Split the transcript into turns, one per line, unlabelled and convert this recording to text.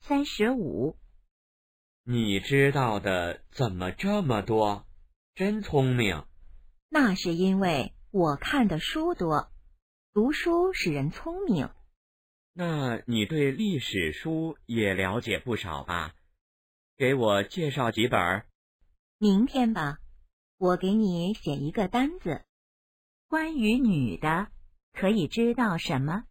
三十五，
你知道的怎么这么多？真聪明。
那是因为我看的书多，读书使人聪明。
那你对历史书也了解不少吧？给我介绍几本儿。
明天吧，我给你写一个单子，关于女的可以知道什么？